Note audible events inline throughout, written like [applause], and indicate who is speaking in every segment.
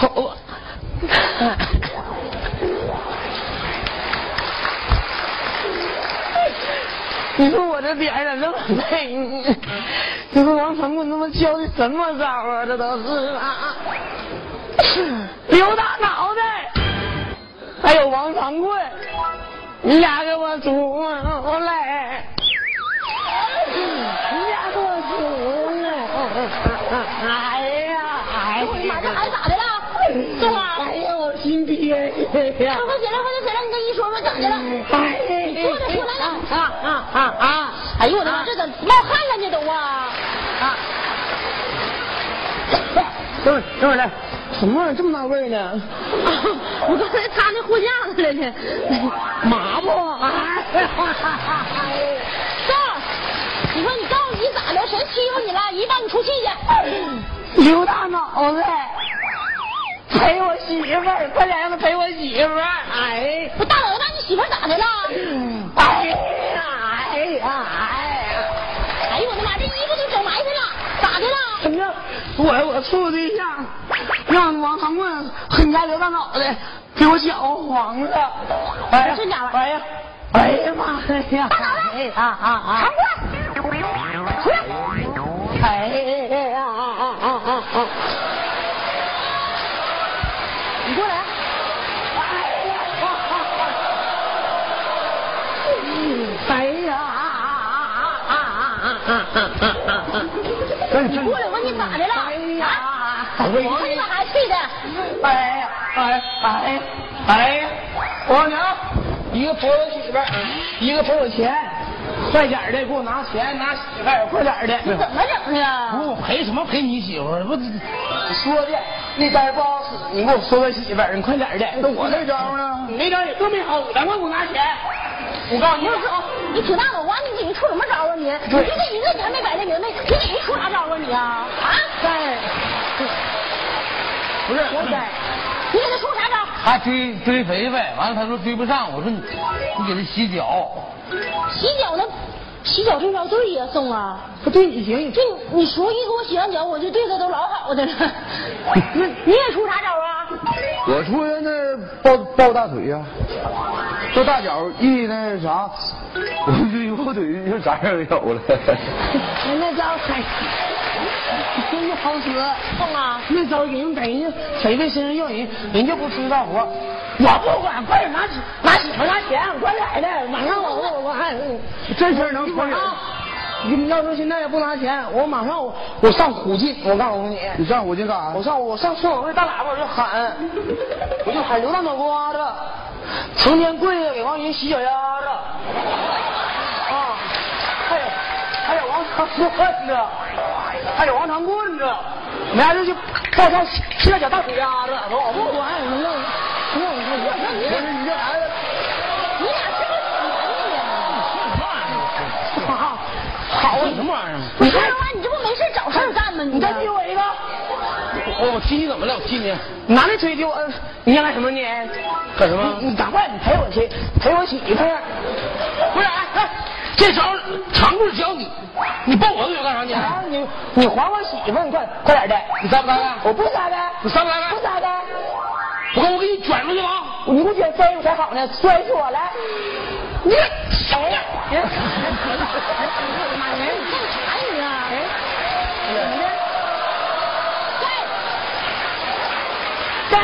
Speaker 1: 走吧。你说我这脸咋这么累？你你说王长棍他妈教的什么招啊？这都是啊！刘大脑袋，还有王长棍，你俩给我出来！你俩给我出来！哎呀，哎呀！
Speaker 2: 妈，这孩子咋的了？中啊！
Speaker 1: 哎呀，我心憋呀！
Speaker 2: 快起来，快起来！你跟姨说说咋的了？
Speaker 1: 哎，
Speaker 2: 过来过来来
Speaker 1: 啊啊啊啊！
Speaker 2: 哎呦我的妈，这怎么冒汗了呢都啊？
Speaker 1: 啊！等会儿，等会儿来，什么玩意儿这么大味儿呢？
Speaker 2: 我刚才擦那货架子来呢。
Speaker 1: 麻不？
Speaker 2: 正，你说你告诉姨咋的？谁欺负你了？姨让你出气去。
Speaker 1: 刘大脑袋，陪我媳妇儿，快点让他陪我媳妇儿！哎，
Speaker 2: 我大老大，你媳妇咋的了？
Speaker 1: 哎呀，哎呀，哎呀！
Speaker 2: 哎呦我的妈，这衣服都整埋汰了，咋的了？
Speaker 1: 怎么着？啊我我处对象让王长棍和你家刘大脑袋给我搅和黄了。哎呀，
Speaker 2: 这家伙
Speaker 1: 哎呀，哎呀妈呀！哎呀啊啊！哎呀啊啊啊啊啊！
Speaker 2: 你过来。
Speaker 1: 哎呀啊啊啊啊啊啊啊啊！
Speaker 2: 你过来，我问你咋的了？
Speaker 1: 哎呀
Speaker 2: 啊！
Speaker 1: 哎呀
Speaker 2: 我看你把孩子气的，
Speaker 1: 哎呀哎哎哎呀！我告诉你啊，一个陪我媳妇儿，一个陪我钱，快点儿的给我拿钱拿媳妇儿，快点儿的。
Speaker 2: 怎么整的
Speaker 1: 啊
Speaker 3: 不是
Speaker 2: 呀？
Speaker 3: 我陪什么陪你媳妇儿？不，
Speaker 1: 说的那单不好使，你给我说个媳妇儿，你快点儿的。那我这招呢？你那招也更没好使，赶快给我拿钱。我告诉你
Speaker 2: 你，说你挺大脑瓜，你给人出什么招啊你？你
Speaker 1: 对
Speaker 2: 就这一个你还没摆弄明白，你给人出啥招啊你啊？啊？
Speaker 1: 在
Speaker 3: 不是
Speaker 1: 活该。
Speaker 2: 你给他出啥招？
Speaker 3: 他追追肥肥，完了他说追不上，我说你你给他洗脚，
Speaker 2: 洗脚呢？洗脚这招对呀，宋啊，
Speaker 1: 不对你行，
Speaker 2: 这你叔一给我洗完脚，我就对他都老
Speaker 3: [laughs]
Speaker 2: 好的了。那你也出啥招啊？
Speaker 4: 我出去那抱抱大腿呀、抱大脚一那啥，我这一抱腿就啥事儿没有
Speaker 1: [laughs]
Speaker 4: 了。
Speaker 1: 哎那招还真不好使。
Speaker 2: 宋啊，
Speaker 1: 那招给人给人家谁的身上要人，人家不吃大活。我不管，快点拿起拿媳妇拿钱，快点的，马上我我我哎，这事儿能传人。你要说现在不拿钱，我马上我我上虎进，我告诉你，
Speaker 4: 你上我去干啥
Speaker 1: 我？上我上村委会大喇叭我就喊，我就喊刘大脑瓜子，成天跪着给王云洗脚丫子，啊，还有还有王长棍子，还有王长棍子，没啥就去抱他吃点小大腿丫子，我不管，你让你让我
Speaker 4: 不是你这孩子，
Speaker 2: 你俩是不是闲的呀？
Speaker 1: 好，好
Speaker 3: 这什么玩意儿？
Speaker 2: 啊你说实话，你这不没事找事儿干吗？
Speaker 1: 你
Speaker 2: 你
Speaker 1: 再
Speaker 2: 这
Speaker 1: 踢我一个，
Speaker 3: 我我踢你怎么了？我踢你
Speaker 1: 拿那锤踢我，你呃想干什么你？
Speaker 3: 干什么？
Speaker 1: 你你赶快，你陪我去，陪我媳妇儿。
Speaker 3: 不是，哎哎，这招长棍教你，你抱我腿干啥你？
Speaker 1: 啊，你你还我媳妇儿，你快快点的！
Speaker 3: 你撒不撒开
Speaker 1: 我不撒开，
Speaker 3: 你撒不撒开
Speaker 1: 不撒开，
Speaker 3: 我看我给你卷出去了啊！
Speaker 1: 你给我卷飞我才好呢，摔死我来！
Speaker 3: 你小子，
Speaker 2: 妈呀，你干啥呀你啊？
Speaker 1: 该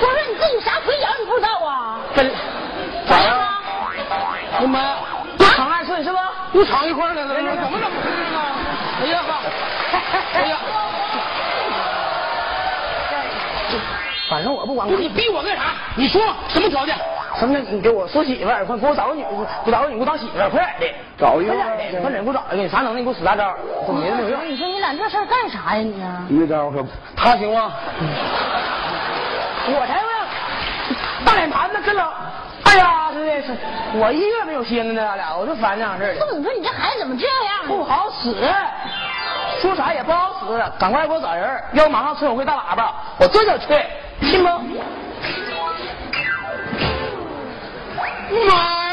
Speaker 2: 我说你自己啥腿脚你不知道啊？
Speaker 1: 分
Speaker 2: 咋样啊？
Speaker 3: 我妈呀，
Speaker 1: 长二寸是不？
Speaker 3: 又藏一块儿来了，怎么怎么回事呢？哎呀，哎呀，
Speaker 1: 反正我不管
Speaker 3: 不，是你逼我干啥？你说什么条件？
Speaker 1: 什么？你给我说媳妇儿，快给我找个女，给我找个女，给我当媳妇儿，快点
Speaker 4: 找一
Speaker 1: 的，
Speaker 4: 个
Speaker 1: 快点的，快点给我找一个，你啥能耐你给我使大招，怎么没用？
Speaker 2: 你说你俩这事儿干啥呀你啊？
Speaker 4: 你这招可
Speaker 3: 他行吗？
Speaker 1: 我才问，大脸盘子跟老，哎呀，真的是，我一个没有心的那俩，我就烦这样事儿。
Speaker 2: 宋，你说你这孩子怎么这样
Speaker 1: 不
Speaker 2: 啊？
Speaker 1: 好使，说啥也不好使，赶快给我找人，要不马上村委会大喇叭，我这就去，信不？
Speaker 3: 妈呀！
Speaker 2: [laughs]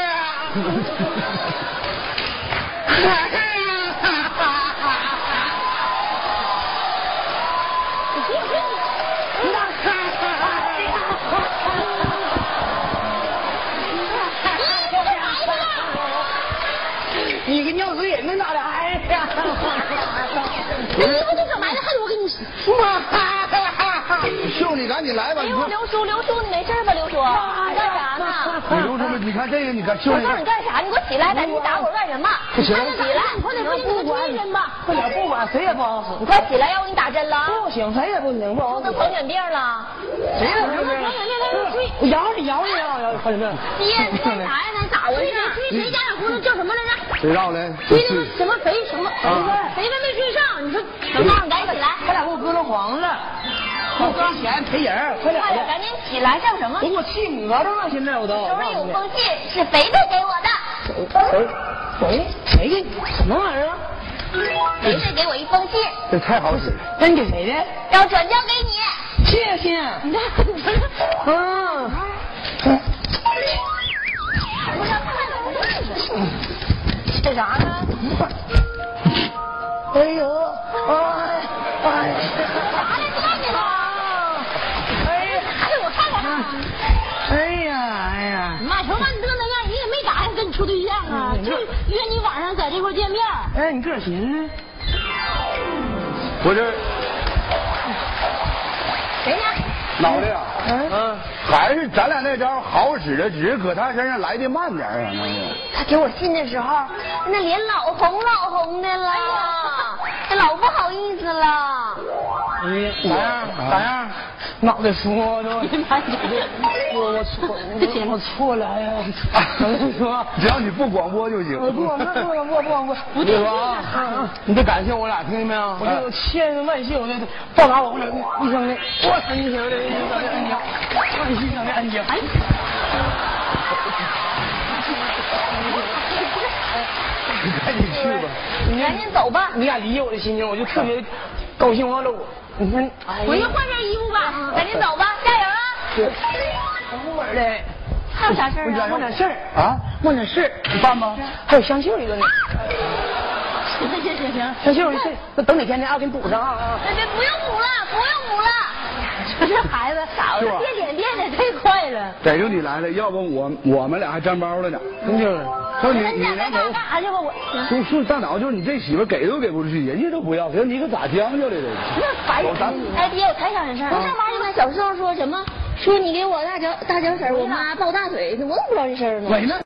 Speaker 3: 哎呀！
Speaker 1: 你咋 [laughs] 你个尿死人呢咋的？ [laughs] 哎呀，
Speaker 2: 那衣服都整埋了，还得我给你洗。
Speaker 4: 秀，你赶紧来吧，
Speaker 2: 哎
Speaker 4: 你
Speaker 2: 呦，
Speaker 4: 说
Speaker 2: 刘叔，刘叔，你没事吧？刘叔，你干啥呢？
Speaker 4: 你留出来，你看这个，你看秀
Speaker 2: 我
Speaker 4: 你
Speaker 2: 告诉你干啥？你给我起来，赶紧打我外人吧！
Speaker 4: 不行
Speaker 2: 赶紧起来，你快点快点给我推针吧！
Speaker 1: 不行不管谁也不好使，
Speaker 2: 你快起来，要不你打针了啊。
Speaker 1: 不行谁也不行，不
Speaker 2: 不
Speaker 1: 好使
Speaker 2: 能。狂犬病了，
Speaker 1: 谁也不
Speaker 2: 不
Speaker 1: 行
Speaker 2: 能狂。犬病，他追
Speaker 1: 我咬你咬你啊！咬你快点！
Speaker 2: 爹，你干啥呀？咱咋回事？追谁家长葫芦叫什么来着？
Speaker 4: 谁让嘞？
Speaker 2: 追他妈什么肥什么肥肥肥没追上，你说怎么办？赶紧起来，
Speaker 1: 他俩给我割了黄
Speaker 2: [laughs]
Speaker 1: 了，
Speaker 3: 不花钱赔人，
Speaker 1: 快点
Speaker 2: 快点，
Speaker 1: 的！
Speaker 2: 赶紧起来，叫什
Speaker 1: 我？
Speaker 2: 么
Speaker 1: 给我气讹着了，现在我都。
Speaker 2: 手里有封信，是肥肥给我的，
Speaker 1: 谁谁给什么玩意儿？啊
Speaker 2: 肥肥给我一封信，
Speaker 4: 这太好使了。
Speaker 1: 那你给谁的？
Speaker 2: 要转交给你。
Speaker 1: 谢谢。
Speaker 2: [laughs] 你看，你看，
Speaker 1: [laughs] 嗯，
Speaker 2: 哎这啥呢？
Speaker 1: 哎呦，哎哎
Speaker 2: 啥来抓你了？哎我看看。
Speaker 1: 哎呀哎呀！
Speaker 2: 妈，瞅把你嘚那样，你也没打算跟你处对象啊，就约你晚上在这块见面。
Speaker 1: 哎，你自个儿寻思，
Speaker 4: 我这
Speaker 2: 谁呢？
Speaker 4: 脑袋啊，
Speaker 1: 嗯，
Speaker 4: 还是咱俩那招好使的，只是搁他身上来的慢点
Speaker 1: 哎
Speaker 4: 儿啊。那个
Speaker 2: 他给我信的时候，那脸老红老红的了，哎、老不好意思了。
Speaker 1: 你咋样？咋样？脑袋说的，我我
Speaker 2: [laughs]
Speaker 1: 错，我错了，哎呀，我
Speaker 4: [laughs]
Speaker 1: 跟你说，
Speaker 4: 啊只要你不广播就行。
Speaker 1: 我不
Speaker 4: [laughs]
Speaker 1: 广播，不广播，不广播，
Speaker 4: 不对吧？
Speaker 1: 嗯
Speaker 4: 你得感谢我俩，听见没有？
Speaker 1: 我就千恩万谢，我这报答我一生的，我操一生的恩情，万世的恩情。
Speaker 4: 赶紧去吧。
Speaker 2: 你赶紧走吧，
Speaker 1: 你俩理解我的心情，我就特别高兴忘了我。你看，哎
Speaker 2: 回去换身衣服吧，赶紧走吧，加油啊！
Speaker 1: 等会儿嘞，
Speaker 2: 还有啥事
Speaker 1: 我
Speaker 2: 儿
Speaker 1: 想
Speaker 2: 啊？
Speaker 1: 点事儿，
Speaker 4: 啊，
Speaker 1: 忘点事儿，
Speaker 4: 你办吗？
Speaker 1: 还有相秀一个呢，
Speaker 2: 行行行行，
Speaker 1: 相秀一个，那等哪天呢？啊，我给你补上啊。
Speaker 2: 别别不用补了，不用补了。 [laughs] 这孩子傻
Speaker 4: 是吧
Speaker 2: 变脸变得太快了。
Speaker 4: 逮着你来了，要不我我们俩还沾包了呢。
Speaker 1: 真就是，
Speaker 4: 说你
Speaker 2: 们
Speaker 4: 你
Speaker 2: 俩
Speaker 4: 连
Speaker 2: 干
Speaker 4: 头
Speaker 2: 啥
Speaker 1: 啊
Speaker 2: 干啥去吧？我
Speaker 4: 就就大脑就是你这媳妇给都给不出去，人家都不要，给你可咋将就的都。
Speaker 2: 那烦
Speaker 4: 走咱
Speaker 2: 人！哎，爹，我才想起事儿。我上班就看小时候说什么，说你给我大脚大脚婶，我妈抱大腿，我怎么不知道这事儿呢？
Speaker 4: 没呢。